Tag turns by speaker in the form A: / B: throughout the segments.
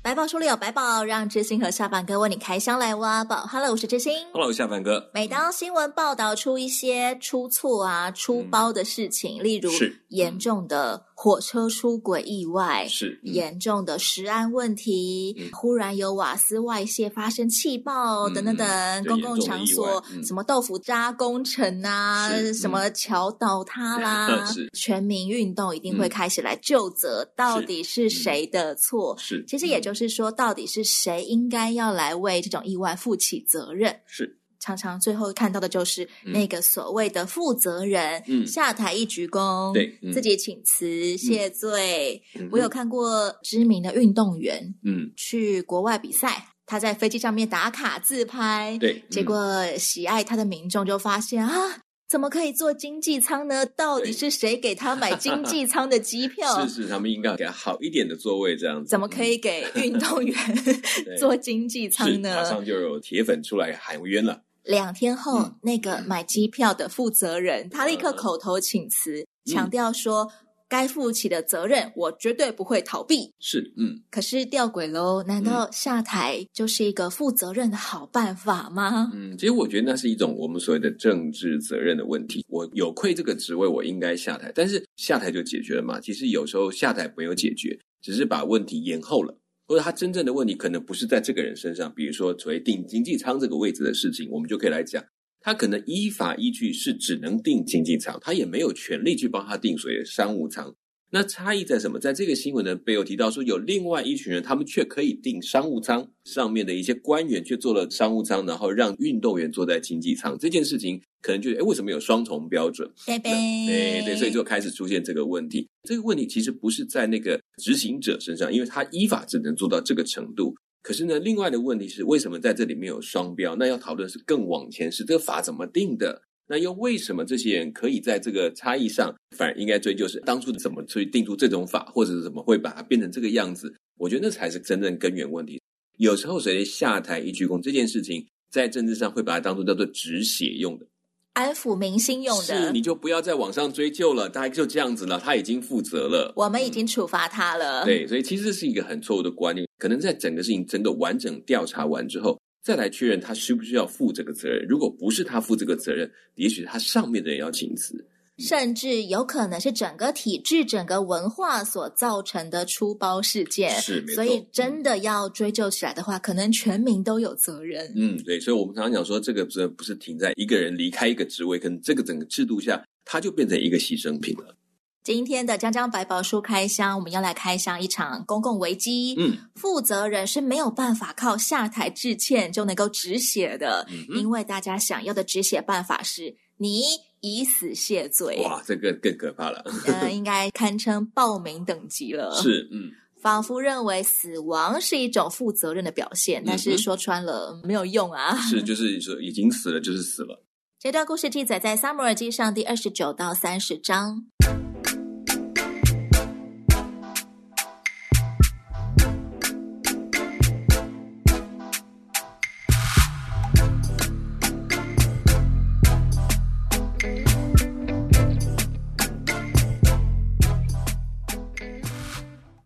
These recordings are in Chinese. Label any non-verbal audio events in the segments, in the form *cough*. A: 百宝书里有百宝，让知心和下半哥为你开箱来挖宝。Hello，我是知心。
B: Hello，下凡哥，
A: 每当新闻报道出一些出错啊、出包的事情，例如
B: 嗯是
A: 严重的火车出轨意外，
B: 是
A: 严重的食安问题，
B: 嗯
A: 忽然有瓦斯外泄发生气爆、
B: 嗯
A: 等等等，
B: 这
A: 公
B: 严重
A: 共
B: 的
A: 场
B: 意外
A: 所、
B: 嗯
A: 什么豆腐渣工程啊，
B: 是嗯，
A: 什么桥倒塌啦
B: *laughs* 是
A: 全民运动一定会
B: 嗯
A: 开始来究责，到底是谁的错？
B: 是嗯
A: 其实也就是说，到底是谁应该要来为这种意外负起责任？
B: 是
A: 常常最后看到的就是
B: 嗯
A: 那个所谓的负责人、
B: 嗯
A: 下台一鞠躬，
B: 对嗯
A: 自己请辞谢罪。
B: 嗯
A: 我有看过知名的运动员
B: 嗯
A: 去国外比赛，他在飞机上面打卡自拍，
B: 对，嗯
A: 结果喜爱他的民众就发现啊。怎么可以坐经济舱呢？到底
B: 对
A: 是谁给他买经济舱的机票？
B: 嗯 *laughs* 是是，他们应该给他好一点的座位，这样子嗯
A: 怎么可以给运动员坐经济舱
B: 是马
A: 呢？
B: 上就有铁粉出来喊冤了，
A: 两天后，
B: 嗯
A: 那个买机票的负责人他立刻口头请辞，
B: 嗯
A: 强调说该负起的责任我绝对不会逃避。
B: 是嗯，
A: 可是吊诡喽，难道下台就是一个负责任的好办法吗？
B: 嗯，其实我觉得那是一种我们所谓的政治责任的问题。我有愧这个职位，我应该下台，但是下台就解决了嘛？其实有时候下台没有解决，只是把问题延后了。或者他真正的问题可能不是在这个人身上，比如说所谓定经济舱这个位置的事情，我们就可以来讲，他可能依法依据是只能定经济舱，他也没有权利去帮他定所谓的商务舱。那差异在什么？在这个新闻的背后提到说，有另外一群人，他们却可以订商务舱，上面的一些官员却做了商务舱，然后让运动员坐在经济舱。这件事情可能就哎，为什么有双重标准？
A: 拜拜。
B: 对对，所以就开始出现这个问题。这个问题其实不是在那个执行者身上，因为他依法只能做到这个程度。可是呢，另外的问题是，为什么在这里面有双标？那要讨论是更往前是这个法怎么定的？那又为什么这些人可以在这个差异上，反而应该追究是当初怎么去定出这种法，或者是怎么会把它变成这个样子？我觉得那才是真正根源问题。有时候谁下台一鞠躬这件事情，在政治上会把它当做叫做止血用的。
A: 安抚民心用
B: 是
A: 的
B: 你。就不要在网上追究了，大概就这样子了，他已经负责了。
A: 我们已经处罚他了。，
B: 嗯对，所以其实这是一个很错误的观念，可能在整个事情整个完整调查完之后，再来确认他需不需要负这个责任。如果不是他负这个责任，也许他上面的人要请辞。
A: 甚至有可能是整个体制、整个文化所造成的出包事件。
B: 是没错嗯
A: 所以真的要追究起来的话，可能全民都有责任。
B: 嗯，对，所以我们常常讲说，这个责任不是停在一个人离开一个职位，可能这个整个制度下，他就变成一个牺牲品了。
A: 今天的江江百宝书开箱，我们要来开箱一场公共危机。
B: 嗯，
A: 负责人是没有办法靠下台致歉就能够止血的，
B: 嗯哼
A: 因为大家想要的止血办法是你以死谢罪。
B: 哇，这个更可怕了。
A: 呃，应该堪称暴民等级了。。
B: *laughs* 是，嗯，
A: 仿佛认为死亡是一种负责任的表现，但
B: 嗯
A: 是
B: 哼
A: 说穿了嗯没有用啊。 *laughs*
B: 是，就是说已经死了，就是死了。
A: 这段故事记载在《撒母耳记上》第二十九到三十章。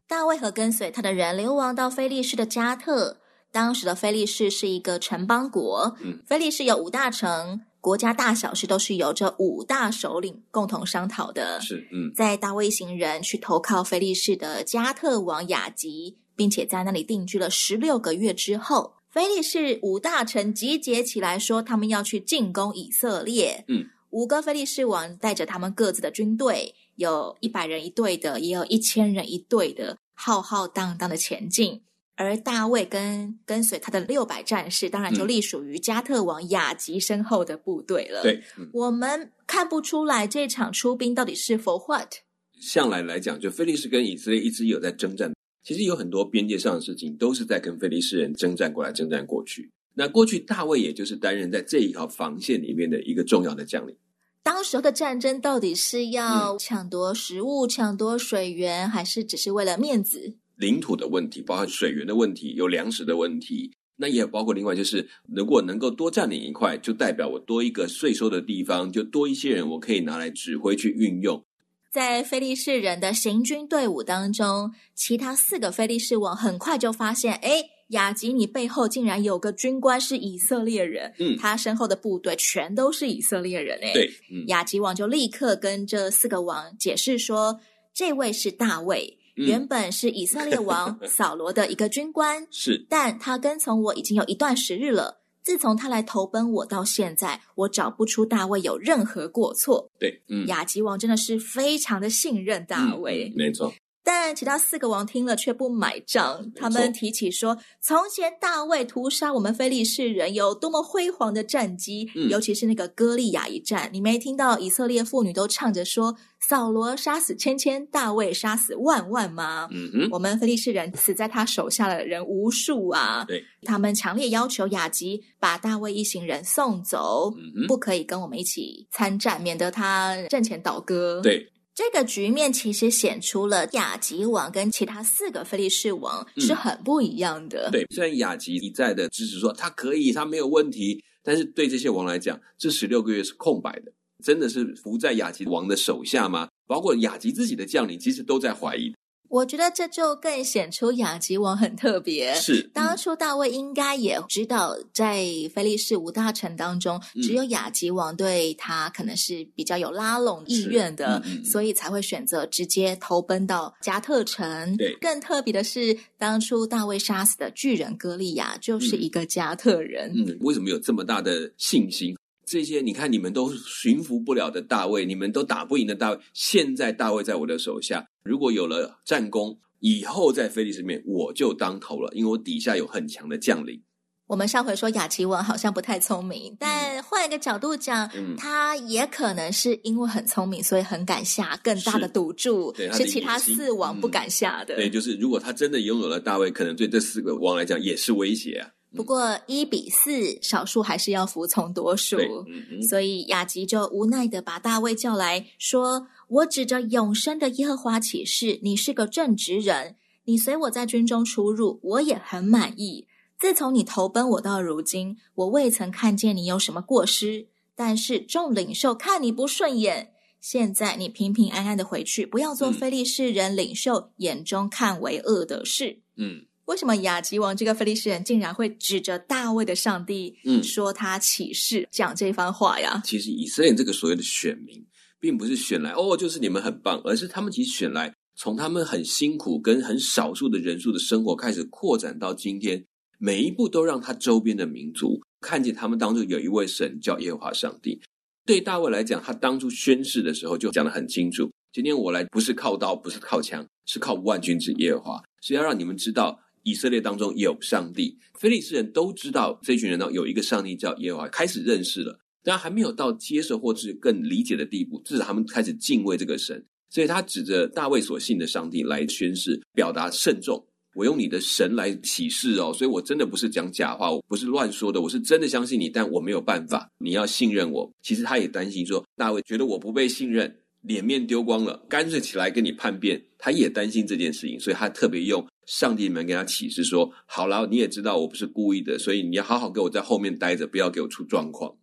A: 大卫和跟随他的人流亡到非利士的加特。当时的非利士是一个城邦国，
B: 嗯
A: 非利士有五大城，国家大小事都是由这五大首领共同商讨的。
B: 是，嗯，
A: 在大卫一行人去投靠非利士的加特王雅吉，并且在那里定居了十六个月之后，非利士五大臣集结起来说，他们要去进攻以色列。
B: 嗯，
A: 五个非利士王带着他们各自的军队，有一百人一队的，也有一千人一队的，浩浩荡荡的前进。而大卫跟跟随他的六百战士，当然就
B: 嗯
A: 隶属于加特王雅吉身后的部队了。
B: 对，嗯。
A: 我们看不出来这场出兵到底是 for what。
B: 向来来讲，就菲利士跟以色列一直有在征战。其实有很多边界上的事情，都是在跟菲利士人征战过来、征战过去。那过去大卫也就是担任在这一条防线里面的一个重要的将领。
A: 当时候的战争到底是
B: 嗯
A: 要抢夺食物、抢夺水源，还是只是为了面子？
B: 领土的问题，包含水源的问题，有粮食的问题，那也包括另外就是，如果能够多占领一块，就代表我多一个税收的地方，就多一些人我可以拿来指挥去运用。
A: 在菲利士人的行军队伍当中，其他四个菲利士王很快就发现，哎，雅吉你背后竟然有个军官是以色列人，
B: 嗯
A: 他身后的部队全都是以色列人，哎，
B: 对，嗯，
A: 雅吉王就立刻跟这四个王解释说，这位是大卫，
B: 嗯
A: 原本是以色列
B: *laughs*
A: 王扫罗的一个军官，
B: 是
A: 但他跟从我已经有一段时日了。自从他来投奔我到现在，我找不出大卫有任何过错。
B: 对，嗯，
A: 雅吉王真的是非常的信任大卫，
B: 嗯没错，
A: 但其他四个王听了却不买账，
B: 错
A: 他们提起说，从前大卫屠杀我们非利士人有多么辉煌的战绩，
B: 嗯
A: 尤其是那个歌利亚一战，你没听到以色列妇女都唱着说“扫罗杀死千千，大卫杀死万万”吗？
B: 嗯哼，
A: 我们非利士人死在他手下的人无数啊！
B: 对，
A: 他们强烈要求雅吉把大卫一行人送走，
B: 嗯哼，
A: 不可以跟我们一起参战，免得他阵前倒戈。。
B: 对，
A: 这个局面其实显出了雅吉王跟其他四个菲利士王
B: 嗯
A: 是很不一样的。
B: 对，虽然雅吉一再的支持说他可以，他没有问题，但是对这些王来讲，这十六个月是空白的，真的是服在雅吉王的手下吗？包括雅吉自己的将领，其实都在怀疑。
A: 我觉得这就更显出雅吉王很特别。
B: 是，
A: 呃当初大卫应该也知道，在菲利士五大臣当中，
B: 嗯
A: 只有雅吉王对他可能是比较有拉拢意愿的，
B: 是嗯嗯嗯
A: 所以才会选择直接投奔到加特城。
B: 对
A: 更特别的是，当初大卫杀死的巨人歌利亚就是
B: 嗯
A: 一个加特人。
B: 嗯，为什么有这么大的信心？这些你看，你们都驯服不了的大卫，你们都打不赢的大卫，现在大卫在我的手下，如果有了战功，以后在菲利斯面我就当头了，因为我底下有很强的将领。
A: 我们上回说雅琪文好像不太聪明，但换一个角度讲，
B: 嗯
A: 他也可能是因为很聪明，所以很敢下更大的赌注，
B: 对他
A: 是
B: 的
A: 其他
B: 野心
A: 四王不
B: 嗯
A: 敢下的。
B: 对，就是如果他真的拥有了大卫，可能对这四个王来讲也是威胁啊。
A: 不过一比四，少数还是要服从多数
B: 对，，嗯嗯，
A: 所以雅吉就无奈的把大卫叫来说：“我指着永生的耶和华起誓，你是个正直人，你随我在军中出入，我也很满意。自从你投奔我到如今，我未曾看见你有什么过失。但是众领袖看你不顺眼，现在你平平安安的回去，不要做
B: 嗯
A: 非利士人领袖眼中看为恶的事。
B: 嗯
A: 为什么雅吉王这个非利士人竟然会指着大卫的上帝
B: 嗯，
A: 说他起誓讲这番话呀？
B: 其实以色列这个所谓的选民，并不是选来哦，就是你们很棒，而是他们其实选来从他们很辛苦跟很少数的人数的生活开始扩展到今天，每一步都让他周边的民族看见他们当中有一位神叫耶和华上帝。对大卫来讲，他当初宣誓的时候就讲得很清楚：今天我来不是靠刀，不是靠枪，是靠万军之耶和华，是要让你们知道以色列当中有上帝。非利士人都知道这群人当中有一个上帝叫耶和华，开始认识了。但还没有到接受或是更理解的地步，至少他们开始敬畏这个神。所以他指着大卫所信的上帝来宣誓，表达慎重。我用你的神来启示哦，所以我真的不是讲假话，我不是乱说的，我是真的相信你，但我没有办法，你要信任我。其实他也担心说，大卫觉得我不被信任，脸面丢光了，干脆起来跟你叛变。他也担心这件事情，所以他特别用上帝们给他启示说：好了，你也知道我不是故意的，所以你要好好给我在后面待着，不要给我出状况。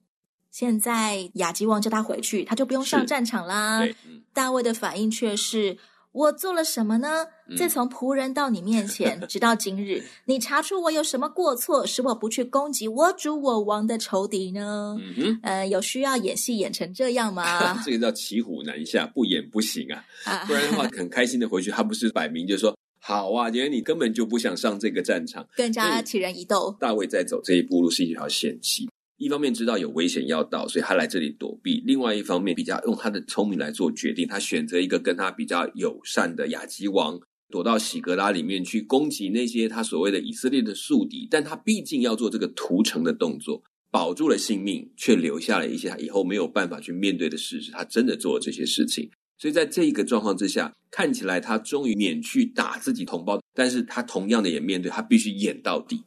A: 现在雅吉王叫他回去，他就不用
B: 是
A: 上战场啦。
B: 对，嗯。
A: 大卫的反应却是：我做了什么呢？
B: 嗯
A: 自从仆人到你面
B: *laughs*
A: 前，直到今日，你查出我有什么过错，使我不去攻击我主我王的仇敌呢？
B: 嗯哼，
A: 呃，有需要演戏演成这样吗？
B: *laughs* 这个叫骑虎难下，不演不行啊，
A: 啊
B: 不然的话很开心的回去，他不是摆明就说好啊，原来你根本就不想上这个战场。
A: 更加
B: 嗯
A: 杞人疑斗。
B: 大卫在走这一步路是一条险棋，一方面知道有危险要到，所以他来这里躲避；另外一方面比较用他的聪明来做决定，他选择一个跟他比较友善的雅吉王，躲到喜格拉里面去攻击那些他所谓的以色列的宿敌，但他毕竟要做这个屠城的动作。保住了性命，却留下了一些他以后没有办法去面对的事实。他真的做了这些事情，所以在这一个状况之下，看起来他终于免去打自己同胞，但是他同样的也面对他必须演到底。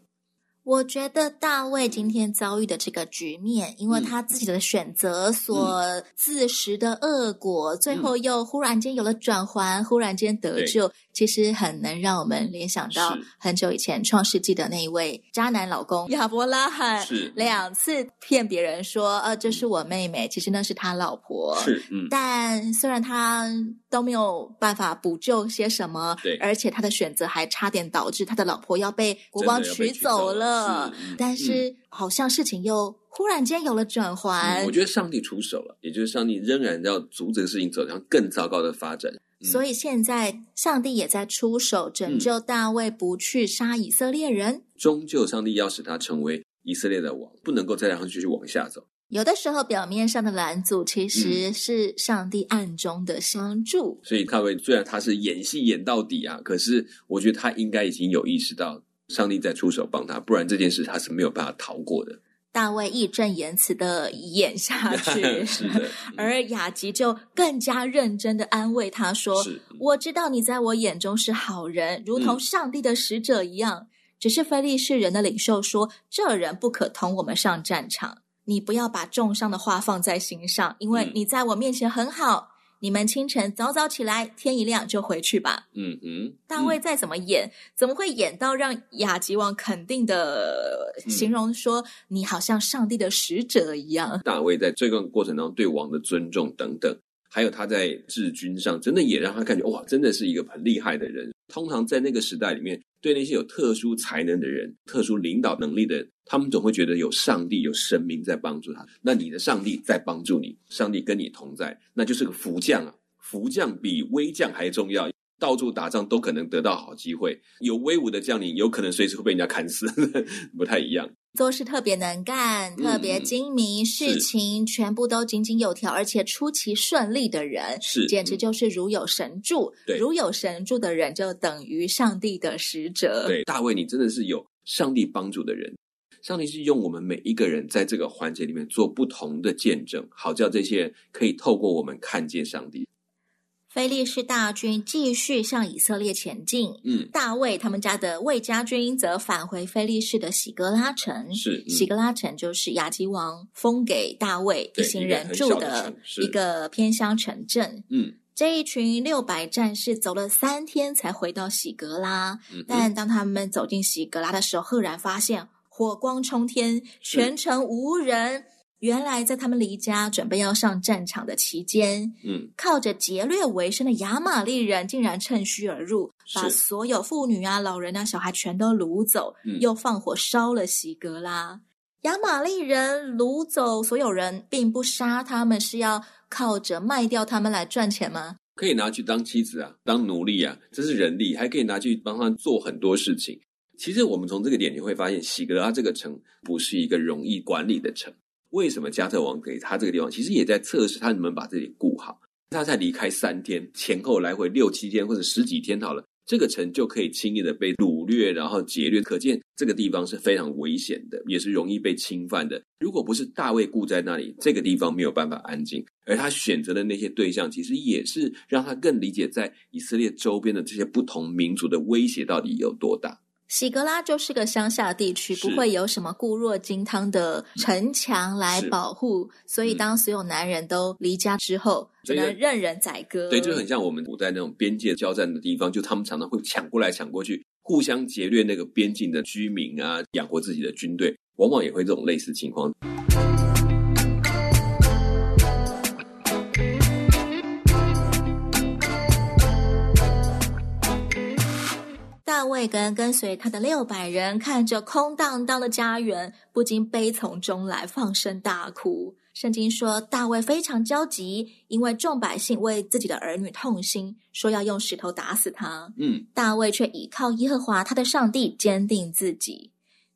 A: 我觉得大卫今天遭遇的这个局面，因为
B: 嗯
A: 他自己的选择所自食的恶果，最
B: 嗯
A: 后又忽然间有了转圜，忽然间得救，其实很能让我们联想到
B: 是
A: 很久以前《创世纪》的那一位渣男老公亚伯拉罕，
B: 是
A: 两次骗别人说，呃，这是我妹妹，其实那是他老婆。
B: 是，嗯，
A: 但虽然他都没有办法补救些什么，
B: 对
A: 而且他的选择还差点导致他的老婆要被国
B: 真的
A: 王
B: 要被
A: 娶
B: 取走
A: 了，
B: 是嗯
A: 但是、好像事情又忽然间有了转圜，
B: 嗯我觉得上帝出手了，也就是上帝仍然要阻止这个事情走向更糟糕的发展。嗯
A: 所以现在上帝也在出手拯救大卫，不去杀以色列人。
B: 终究上帝要使他成为以色列的王，不能够再让他继续往下走。
A: 有的时候，表面上的拦阻
B: 嗯
A: 其实是上帝暗中的相助。
B: 所以大卫虽然他是演戏演到底啊，可是我觉得他应该已经有意识到上帝在出手帮他，不然这件事他是没有办法逃过的。
A: 大卫义正言辞的演
B: *laughs*
A: 下去，
B: 是的，嗯
A: 而雅集就更加认真的安慰他说
B: 是：“
A: 我知道你在我眼中是好人，如同
B: 嗯
A: 上帝的使者一样。只是非利士人的领袖说，这人不可同我们上战场。你不要把重伤的话放在心上，因为
B: 嗯
A: 你在我面前很好。你们清晨早早起来，天一亮就回去吧。”
B: 嗯嗯，
A: 大卫再怎么演，怎么会演到让雅吉王肯定的
B: 嗯
A: 形容说、你好像上帝的使者一样？
B: 大卫在这个过程当中对王的尊重等等，还有他在治军上，真的也让他感觉哇，真的是一个很厉害的人。通常在那个时代里面，对那些有特殊才能的人、特殊领导能力的人，他们总会觉得有上帝、有神明在帮助他。那你的上帝在帮助你，上帝跟你同在，那就是个福将啊！福将比威将还重要。到处打仗都可能得到好机会，有威武的将领有可能随时会被人家砍死， *laughs* 不太一样。
A: 做事特别能干、
B: 嗯
A: 特别精明，事情全部都井井有条，而且出奇顺利的人，
B: 是，
A: 简直
B: 嗯
A: 就是如有神助。
B: 对
A: 如有神助的人，就等于上帝的使者。，
B: 对，大卫，你真的是有上帝帮助的人。上帝是用我们每一个人在这个环节里面做不同的见证，好叫这些人可以透过我们看见上帝。
A: 菲利士大军继续向以色列前进。
B: 嗯，
A: 大卫他们家的卫家军则返回菲利士的喜格拉城。
B: 是，
A: 喜
B: 嗯、
A: 格拉城就是雅吉王封给大卫一
B: 对
A: 行
B: 一个
A: 人
B: 很
A: 住
B: 小的城市
A: 一个偏乡城镇。
B: 嗯
A: 这一群六百战士走了三天才回到喜格拉，
B: 嗯，嗯
A: 但当他们走进喜格拉的时候，赫然发现火光冲天，
B: 嗯
A: 全城无人。原来在他们离家准备要上战场的期间，
B: 嗯，
A: 靠着劫掠为生的亚玛力人竟然趁虚而入，
B: 是
A: 把所有妇女啊、老人啊、小孩全都掳走，
B: 嗯
A: 又放火烧了希格拉。亚玛力人掳走所有人，并不杀他们，是要靠着卖掉他们来赚钱吗？
B: 可以拿去当妻子啊，当奴隶啊，这是人力，还可以拿去帮他做很多事情。其实我们从这个点你会发现，喜格拉这个城不是一个容易管理的城。为什么加特王给他这个地方，其实也在测试他能不能把这里顾好。他才离开三天，前后来回六七天或者十几天好了，这个城就可以轻易的被掳掠，然后劫掠，可见这个地方是非常危险的，也是容易被侵犯的。如果不是大卫固在那里，这个地方没有办法安静。而他选择的那些对象，其实也是让他更理解在以色列周边的这些不同民族的威胁到底有多大。
A: 喜格拉就是个乡下地区，
B: 是嗯
A: 不会有什么固若金汤的城墙来
B: 是
A: 保护，所以
B: 嗯
A: 当所有男人都离家之后，只
B: 所以
A: 能任人宰割。
B: 对，就很像我们古代那种边界交战的地方，就他们常常会抢过来抢过去，互相劫掠那个边境的居民啊，养活自己的军队，往往也会这种类似情况。
A: 大卫跟跟随他的六百人看着空荡荡的家园，不禁悲从中来，放声大哭。圣经说，大卫非常焦急，因为众百姓为自己的儿女痛心，说要用石头打死他。
B: 嗯，
A: 大卫却倚靠耶和华他的上帝，坚定自己。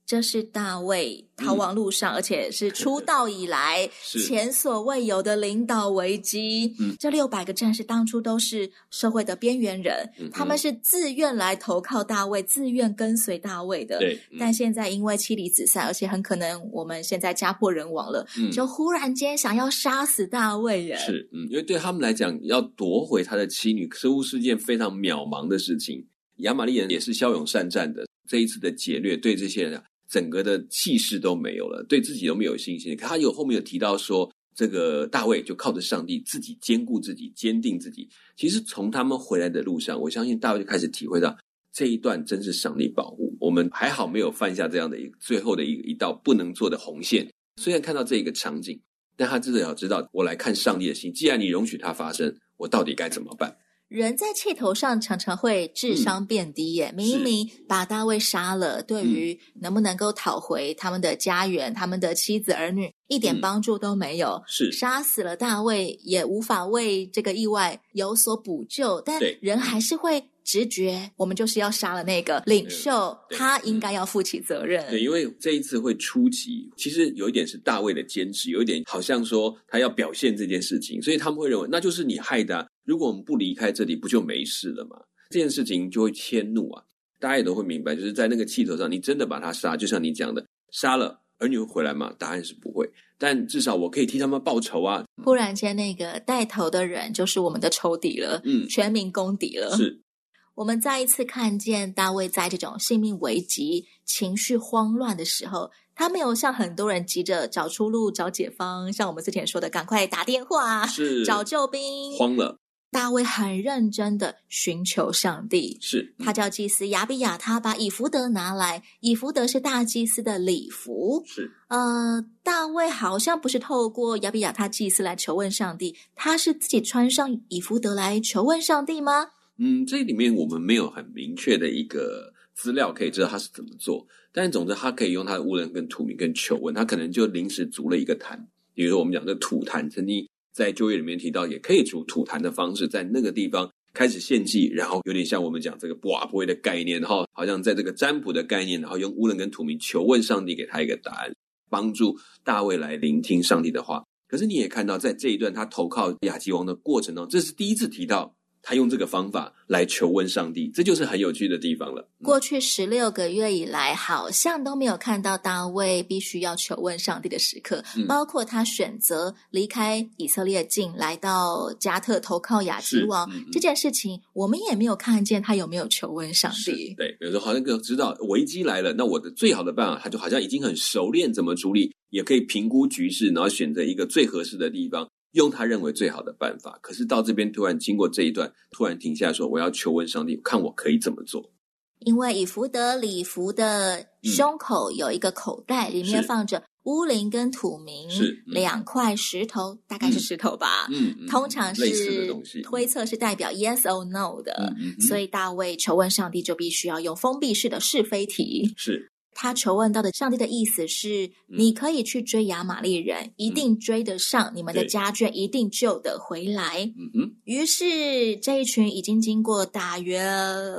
A: 这是大卫逃亡路上，而且是
B: *laughs*
A: 出道以来
B: 嗯是
A: 前所未有的领导危机。
B: 嗯
A: 这六百个战士当初都是社会的边缘人，
B: 嗯哼
A: 他们是自愿来投靠大卫，自愿跟随大卫的。
B: 对，嗯
A: 但现在因为妻离子散，而且很可能我们现在家破人亡了，
B: 嗯
A: 就忽然间想要杀死大卫耶。
B: 是，嗯，因为对他们来讲，要夺回他的妻女，似乎是件非常渺茫的事情。亚玛力人也是骁勇善战的，这一次的劫掠对这些人啊，整个的气势都没有了，对自己都没有信心。可他有后面有提到说，这个大卫就靠着上帝自己兼顾自己，坚定自己。其实从他们回来的路上，我相信大卫就开始体会到这一段真是上帝保护我们，还好没有犯下这样的一个最后的一一道不能做的红线。虽然看到这个场景，但他至少要知道，我来看上帝的心。既然你容许它发生，我到底该怎么办？
A: 人在气头上常常会智
B: 嗯
A: 商变低耶，明明把大卫杀了，对
B: 嗯
A: 于能不能够讨回他们的家园、他们的妻子儿女一点
B: 嗯
A: 帮助都没有。
B: 是
A: 杀死了大卫，也无法为这个意外有所补救，但
B: 对
A: 人还是会直觉，我们就是要杀了那个领袖，
B: 对嗯
A: 他应该要负起责任。
B: 对，因为这一次会出击，其实有一点是大卫的坚持，有一点好像说他要表现这件事情，所以他们会认为那就是你害的啊、如果我们不离开这里，不就没事了吗？这件事情就会迁怒啊。大家也都会明白，就是在那个气头上，你真的把他杀，就像你讲的，杀了儿女会回来吗？答案是不会，但至少我可以替他们报仇啊。
A: 忽然间，那个带头的人就是我们的仇敌了，
B: 嗯，
A: 全民公敌了。
B: 是
A: 我们再一次看见大卫在这种性命危急、情绪慌乱的时候，他没有像很多人急着找出路、找解方，像我们之前说的，赶快打电话啊
B: 是
A: 找救兵。
B: 慌了，
A: 大卫很认真的寻求上帝。
B: 是嗯
A: 他叫祭司亚比亚他把以福德拿来，以福德是大祭司的礼服。
B: 是
A: 呃，大卫好像不是透过亚比亚他祭司来求问上帝，他是自己穿上以福德来求问上帝吗？
B: 嗯，这里面我们没有很明确的一个资料可以知道他是怎么做，但是总之他可以用他的无人跟土名跟求问，他可能就临时筑了一个坛，比如说我们讲的土坛，曾经在旧约里面提到，也可以煮土坛的方式，在那个地方开始献祭，然后有点像我们讲这个布瓦波的概念，然后好像在这个占卜的概念，然后用无人跟土名求问上帝给他一个答案，帮助大卫来聆听上帝的话。可是你也看到，在这一段他投靠亚基王的过程中，这是第一次提到他用这个方法来求问上帝，这就是很有趣的地方了。嗯
A: 过去十六个月以来，好像都没有看到大卫必须要求问上帝的时刻，
B: 嗯
A: 包括他选择离开以色列境，来到加特投靠亚基王、
B: 是嗯嗯
A: 这件事情，我们也没有看见他有没有求问上
B: 是
A: 帝。
B: 对，有时候好像个知道危机来了，那我的最好的办法，他就好像已经很熟练怎么处理，也可以评估局势，然后选择一个最合适的地方，用他认为最好的办法。可是到这边突然经过这一段，突然停下来说，我要求问上帝，看我可以怎么做。
A: 因为以福德礼服的胸口有一个口袋，里面
B: 嗯是
A: 放着乌林跟土明
B: 是嗯
A: 两块石头，大概是
B: 嗯
A: 石头吧。
B: 嗯，嗯
A: 通常
B: 类似的
A: 是
B: 东西
A: 推测是代表 yes or no 的，
B: 嗯嗯嗯
A: 所以大卫求问上帝就必须要用封闭式的是非题。
B: 是
A: 他求问到的上帝的意思是：
B: 嗯
A: 你可以去追亚玛利人，一定追得上，你们的
B: 对
A: 家眷一定救得回来。
B: 嗯哼
A: 于是这一群已经经过大约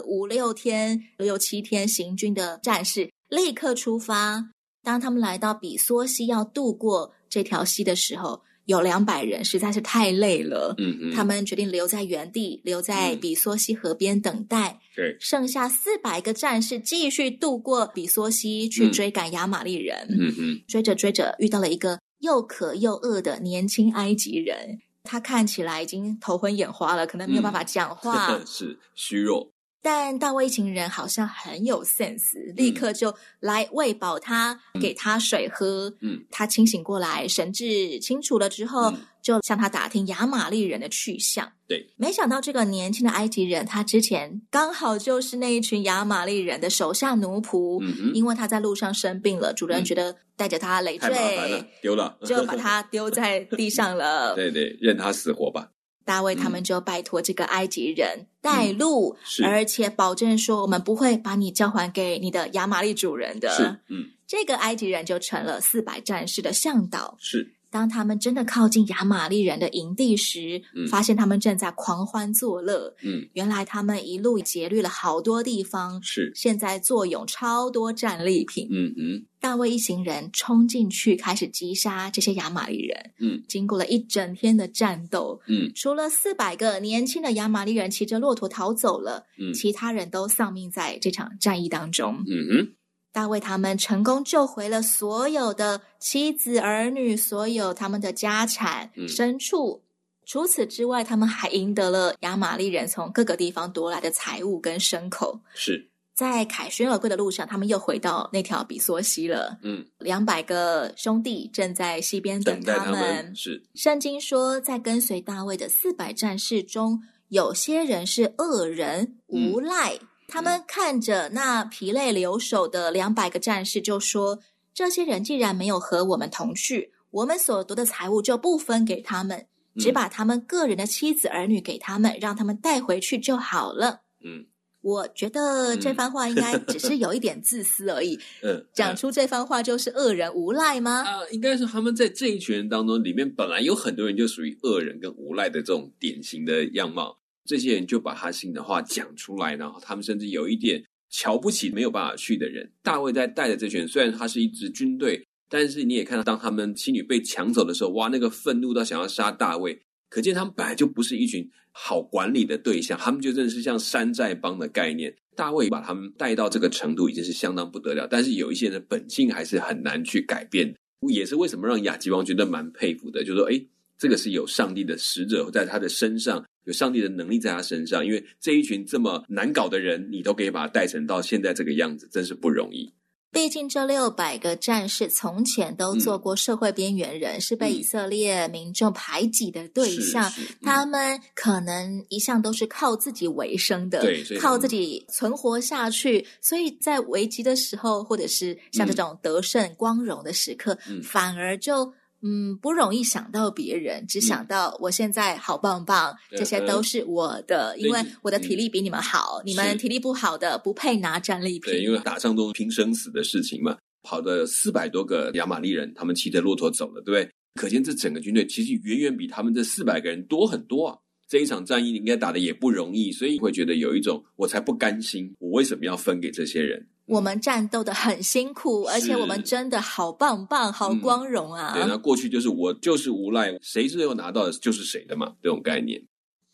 A: 五六天、六七天行军的战士，立刻出发。当他们来到比索西要渡过这条溪的时候，有两百人，实在是太累了。
B: 嗯哼，
A: 他们决定留在原地，留在
B: 嗯
A: 比索西河边等待。
B: 对，
A: 剩下四百个战士继续渡过比索西，去
B: 嗯
A: 追赶亚玛力人。
B: 嗯哼
A: 追着追着遇到了一个又渴又饿的年轻埃及人，他看起来已经头昏眼花了，可能没有
B: 嗯
A: 办法讲话。
B: *laughs* 是虚弱，
A: 但大卫一行人好像很有 sense，立
B: 嗯
A: 刻就来喂饱他，给他水喝。
B: 嗯，
A: 他清醒过来，神志清楚了之后，
B: 嗯
A: 就向他打听亚玛利人的去向。
B: 对，
A: 没想到这个年轻的埃及人，他之前刚好就是那一群亚玛利人的手下奴仆。
B: 嗯哼，
A: 因为他在路上生病了，主人
B: 嗯
A: 觉得带着他累
B: 太
A: 赘，
B: 麻烦了，丢了，
A: 就
B: *laughs*
A: 把他丢在地上了。
B: 对对，任他死活吧。
A: 大卫他们就拜托这个埃及人带路，
B: 嗯是
A: 而且保证说我们不会把你交还给你的亚玛利主人
B: 是
A: 的。，
B: 嗯，
A: 这个埃及人就成了四百战士的向导。
B: 是
A: 当他们真的靠近亚玛利人的营地时，
B: 嗯
A: 发现他们正在狂欢作乐。
B: 嗯
A: 原来他们一路劫掠了好多地方，
B: 是，
A: 现在坐拥超多战利品。
B: 嗯哼
A: 大卫一行人冲进去，开始击杀这些亚玛利人。
B: 嗯
A: 经过了一整天的战斗，
B: 嗯
A: 除了四百个年轻的亚玛利人骑着骆驼逃走了，
B: 嗯
A: 其他人都丧命在这场战役当中。
B: 嗯哼，
A: 大卫他们成功救回了所有的妻子、儿女，所有他们的家产、
B: 嗯
A: 牲畜。除此之外，他们还赢得了亚玛利人从各个地方夺来的财物跟牲口。
B: 是
A: 在凯旋而归的路上，他们又回到那条比索溪了。
B: 嗯，
A: 两百个兄弟正在溪边
B: 等待
A: 他
B: 们是
A: 圣经说，在跟随大卫的四百战士中，有些人是恶人、
B: 嗯
A: 无赖。他们看着那疲累留守的两百个战士，就说：“这些人既然没有和我们同去，我们所得的财物就不分给他们，只
B: 嗯
A: 把他们个人的妻子儿女给他们，让他们带回去就好了。”
B: 嗯
A: 我觉得这
B: 嗯
A: 番话应该只是有一点自私而
B: *laughs*
A: 已。
B: 嗯
A: 讲
B: 嗯
A: 出这番话就是恶人无赖吗？
B: 啊、应该说他们在这一群人当中，里面本来有很多人就属于恶人跟无赖的这种典型的样貌，这些人就把他心里的话讲出来，然后他们甚至有一点瞧不起没有办法去的人。大卫在带着这群人，虽然他是一支军队，但是你也看到，当他们妻女被抢走的时候，哇，那个愤怒到想要杀大卫，可见他们本来就不是一群好管理的对象，他们就真的是像山寨帮的概念。大卫把他们带到这个程度，已经是相当不得了。但是有一些人的本性还是很难去改变，也是为什么让雅基王觉得蛮佩服的，就说诶，这个是有上帝的使者在他的身上，有上帝的能力在他身上，因为这一群这么难搞的人，你都可以把他带成到现在这个样子，真是不容易。
A: 毕竟这六百个战士从前都做过社会边缘人，是被
B: 嗯
A: 以色列民众排挤的对象。
B: 是是嗯
A: 他们可能一向都是靠自己为生的，
B: 对所以他们嗯
A: 靠自己存活下去。所以在危机的时候，或者是像这种得胜光荣的时刻，
B: 嗯
A: 反而就嗯不容易想到别人，只想到我现在好棒棒，
B: 嗯
A: 这些都是我的，因为
B: 对嗯
A: 我的体力比你们好，你们
B: 是
A: 体力不好的不配拿战利品。
B: 对，因为打仗都是拼生死的事情嘛。跑的四百多个亚玛力人，他们骑着骆驼走了，对不对？可见这整个军队其实远远比他们这四百个人多很多啊。这一场战役应该打的也不容易，所以会觉得有一种我才不甘心，我为什么要分给这些人？
A: 我们战斗的很辛苦，
B: 是嗯
A: 而且我们真的好棒棒，好光荣啊！
B: 对，那过去就是我就是无赖，谁最后拿到的就是谁的嘛，这种概念。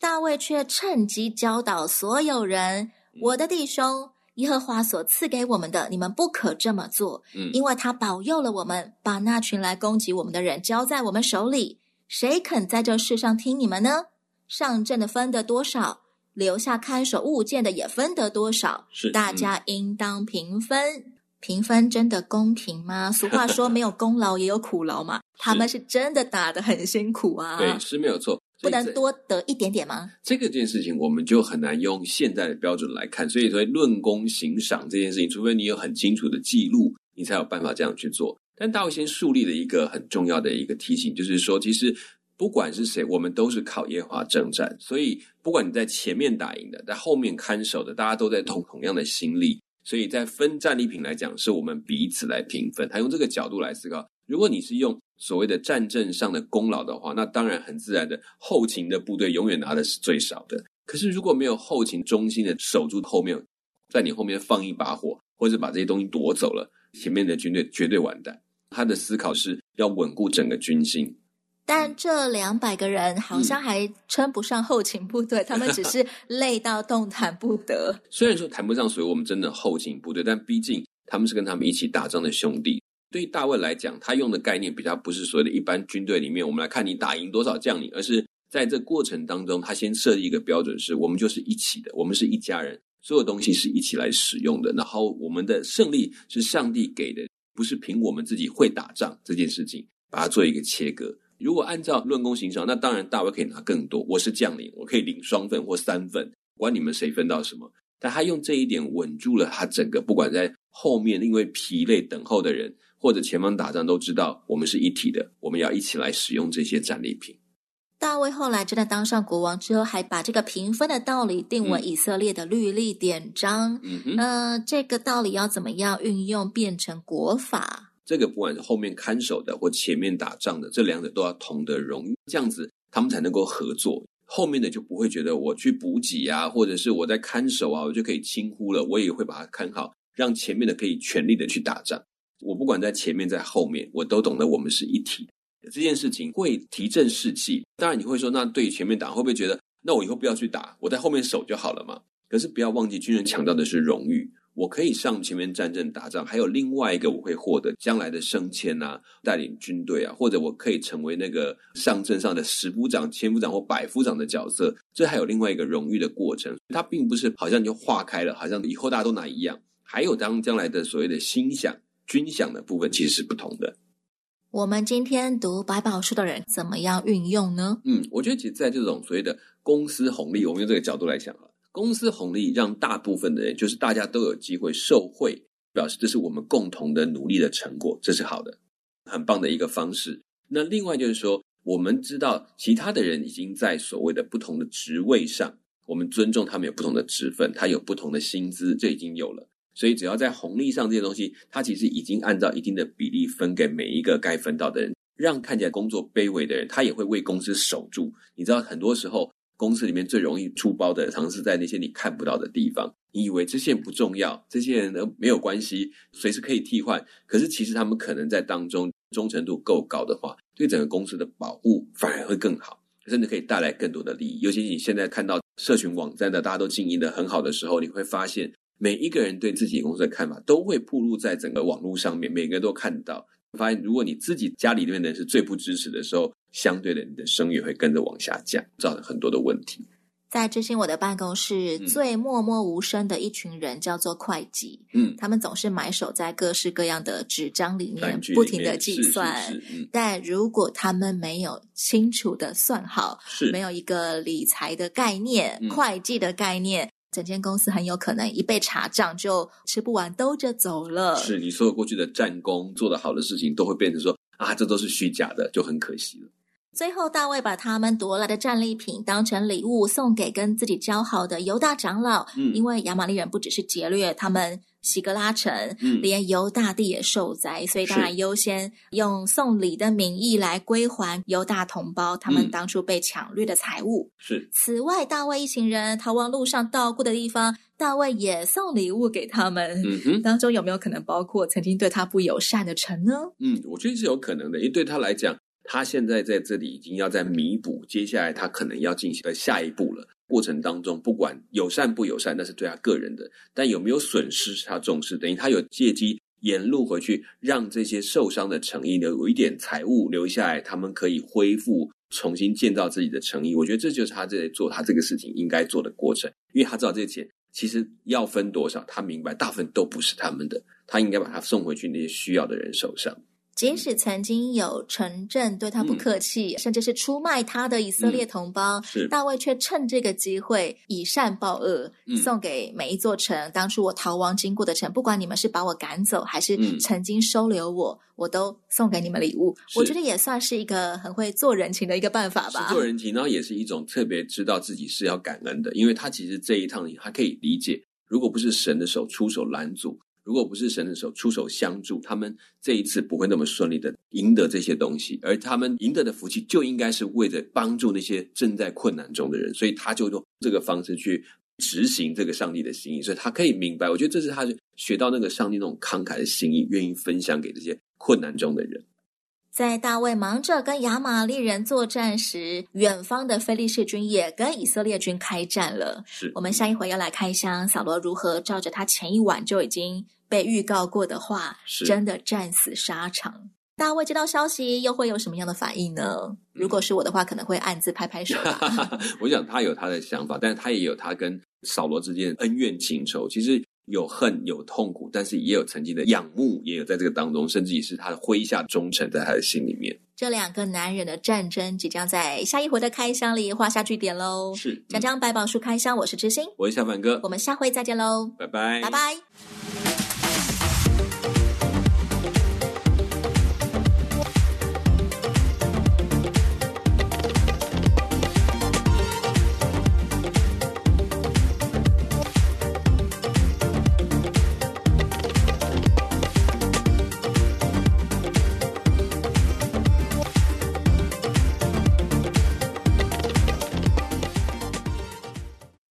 A: 大卫却趁机教导所有人：“
B: 嗯
A: 我的弟兄，耶和华所赐给我们的，你们不可这么做，
B: 嗯，
A: 因为他保佑了我们，把那群来攻击我们的人交在我们手里。谁肯在这世上听你们呢？上阵的分得多少，留下看守物件的也分得多少。
B: 是嗯
A: 大家应当平分。平分真的公平吗？俗话说没有功劳也有苦劳
B: *laughs*
A: 嘛，他们是真的打得很辛苦啊
B: 嗯，对是没有错，
A: 不
B: 所以这
A: 能多得一点点吗？
B: 这个件事情，我们就很难用现在的标准来看，所以说论功行赏这件事情，除非你有很清楚的记录，你才有办法这样去做。但大卫先树立了一个很重要的一个提醒，就是说，其实不管是谁，我们都是靠耶和华征战，所以不管你在前面打赢的，在后面看守的，大家都在同同样的心力，所以在分战利品来讲，是我们彼此来平分。他用这个角度来思考，如果你是用所谓的战争上的功劳的话，那当然很自然的，后勤的部队永远拿的是最少的。可是如果没有后勤中心的守住后面，在你后面放一把火，或者把这些东西夺走了，前面的军队绝对完蛋。他的思考是要稳固整个军心，嗯
A: 但这两百个人好像还称不上后勤部
B: 嗯
A: 队，他们只是累到动弹不
B: *laughs*
A: 得。
B: 虽然说谈不上属于我们真的后勤部队，但毕竟他们是跟他们一起打仗的兄弟。对于大卫来讲，他用的概念比较不是所谓的一般军队里面我们来看你打赢多少将领，而是在这过程当中，他先设立一个标准是，我们就是一起的，我们是一家人，所有东西是一起来使用的。然后我们的胜利是上帝给的，不是凭我们自己会打仗这件事情把它做一个切割。如果按照论功行赏，那当然大卫可以拿更多，我是将领，我可以领双份或三份，管你们谁分到什么。但他用这一点稳住了他整个，不管在后面因为疲累等候的人，或者前方打仗，都知道我们是一体的，我们要一起来使用这些战利品。
A: 大卫后来真的当上国王之后，还把这个平分的道理定为
B: 嗯
A: 以色列的律例典章。
B: 嗯哼，
A: 那这个道理要怎么样运用变成国法？
B: 这个不管是后面看守的或前面打仗的，这两者都要同德容义，这样子他们才能够合作。后面的就不会觉得我去补给啊，或者是我在看守啊，我就可以轻忽了，我也会把它看好，让前面的可以全力的去打仗。我不管在前面在后面，我都懂得我们是一体。这件事情会提振士气。当然你会说，那对于前面打会不会觉得，那我以后不要去打，我在后面守就好了嘛？可是不要忘记，军人强调的是荣誉，我可以上前面战争打仗，还有另外一个我会获得将来的升迁啊，带领军队啊，或者我可以成为那个上阵上的十夫长、千夫长或百夫长的角色，这还有另外一个荣誉的过程。它并不是好像你就化开了，好像以后大家都拿一样。还有当将来的所谓的心想、军想的部分，其实是不同的。
A: 我们今天读百宝书的人怎么样运用呢？
B: 嗯，我觉得其实在这种所谓的公司红利，我们用这个角度来讲啊，公司红利让大部分的人，就是大家都有机会受惠，表示这是我们共同的努力的成果，这是好的，很棒的一个方式。那另外就是说，我们知道其他的人已经在所谓的不同的职位上，我们尊重他们有不同的职分，他有不同的薪资，这已经有了。所以，只要在红利上这些东西，它其实已经按照一定的比例分给每一个该分到的人，让看起来工作卑微的人，他也会为公司守住。你知道，很多时候公司里面最容易出包的，常是在那些你看不到的地方。你以为这些人不重要，这些人呢没有关系，随时可以替换。可是，其实他们可能在当中忠诚度够高的话，对整个公司的保护反而会更好，甚至可以带来更多的利益。尤其你现在看到社群网站的大家都经营的很好的时候，你会发现。每一个人对自己公司的看法都会暴露在整个网络上面，每个人都看到。发现如果你自己家里面的人是最不支持的时候，相对的你的声誉会跟着往下降，造成很多的问题。
A: 在知心我的办公室，
B: 嗯
A: 最默默无声的一群人叫做会计，
B: 嗯，
A: 他们总是埋首在各式各样的纸张里面
B: 感，觉
A: 不
B: 里
A: 停
B: 面
A: 的计
B: 是
A: 算。
B: 是是嗯
A: 但如果他们没有清楚的算好，
B: 是
A: 没有一个理财的概念、
B: 嗯
A: 会计的概念，整间公司很有可能一被查账就吃不完兜着走了。
B: 是你所有过去的战功做得好的事情，都会变成说啊，这都是虚假的，就很可惜了。
A: 最后，大卫把他们夺来的战利品当成礼物送给跟自己交好的犹大长老，
B: 嗯
A: 因为亚玛力人不只是劫掠他们希格拉城，
B: 嗯
A: 连犹大地也受灾，所以当然
B: 是
A: 优先用送礼的名义来归还犹大同胞他们
B: 嗯
A: 当初被抢掠的财物。
B: 是
A: 此外，大卫一行人逃亡路上到过的地方，大卫也送礼物给他们。
B: 嗯哼。
A: 当中有没有可能包括曾经对他不友善的臣呢？
B: 嗯，我觉得是有可能的，因为对他来讲，他现在在这里已经要在弥补接下来他可能要进行的下一步了。过程当中，不管友善不友善，那是对他个人的，但有没有损失是他重视，等于他有借机沿路回去，让这些受伤的诚意呢有一点财物留下来，他们可以恢复。重新建造自己的诚意，我觉得这就是他在做他这个事情应该做的过程，因为他知道这些钱其实要分多少，他明白大部分都不是他们的，他应该把它送回去那些需要的人手上。
A: 即
B: 嗯
A: 使曾经有城镇对他不客气，甚至是出卖他的以色列同胞，
B: 嗯是
A: 大卫却趁这个机会以善报恶，
B: 嗯
A: 送给每一座城。当初我逃亡经过的城，不管你们是把我赶走，还是
B: 嗯
A: 曾经收留我，我都送给你们礼物。
B: 是
A: 我觉得也算是一个很会做人情的一个办法吧
B: 是。做人情，然后也是一种特别知道自己是要感恩的，因为他其实这一趟他可以理解，如果不是神的手出手拦阻，如果不是神的手出手相助，他们这一次不会那么顺利的赢得这些东西，而他们赢得的福气就应该是为着帮助那些正在困难中的人，所以他就用这个方式去。执行这个上帝的心意，所以他可以明白，我觉得这是他学到那个上帝那种慷慨的心意，愿意分享给这些困难中的人。
A: 在大卫忙着跟亚玛力人作战时，远方的非利士军也跟以色列军开战了。
B: 是
A: 我们下一回要来开箱扫罗如何照着他前一晚就已经被预告过的话，
B: 是
A: 真的战死沙场。大卫接到消息又会有什么样的反应呢？如
B: 嗯
A: 果是我的话，可能会暗自拍拍手吧。
B: *laughs* 我想他有他的想法，但是他也有他跟扫罗之间的恩怨情仇。其实有恨有痛苦，但是也有曾经的仰慕，也有在这个当中，甚至也是他的麾下忠臣在他的心里面。
A: 这两个男人的战争即将在下一回的开箱里画下句点喽。
B: 是
A: 讲
B: 嗯
A: 讲百宝书开箱，我是知心，
B: 我是小凡哥
A: 我，们下回再见喽，
B: 拜拜，
A: 拜拜。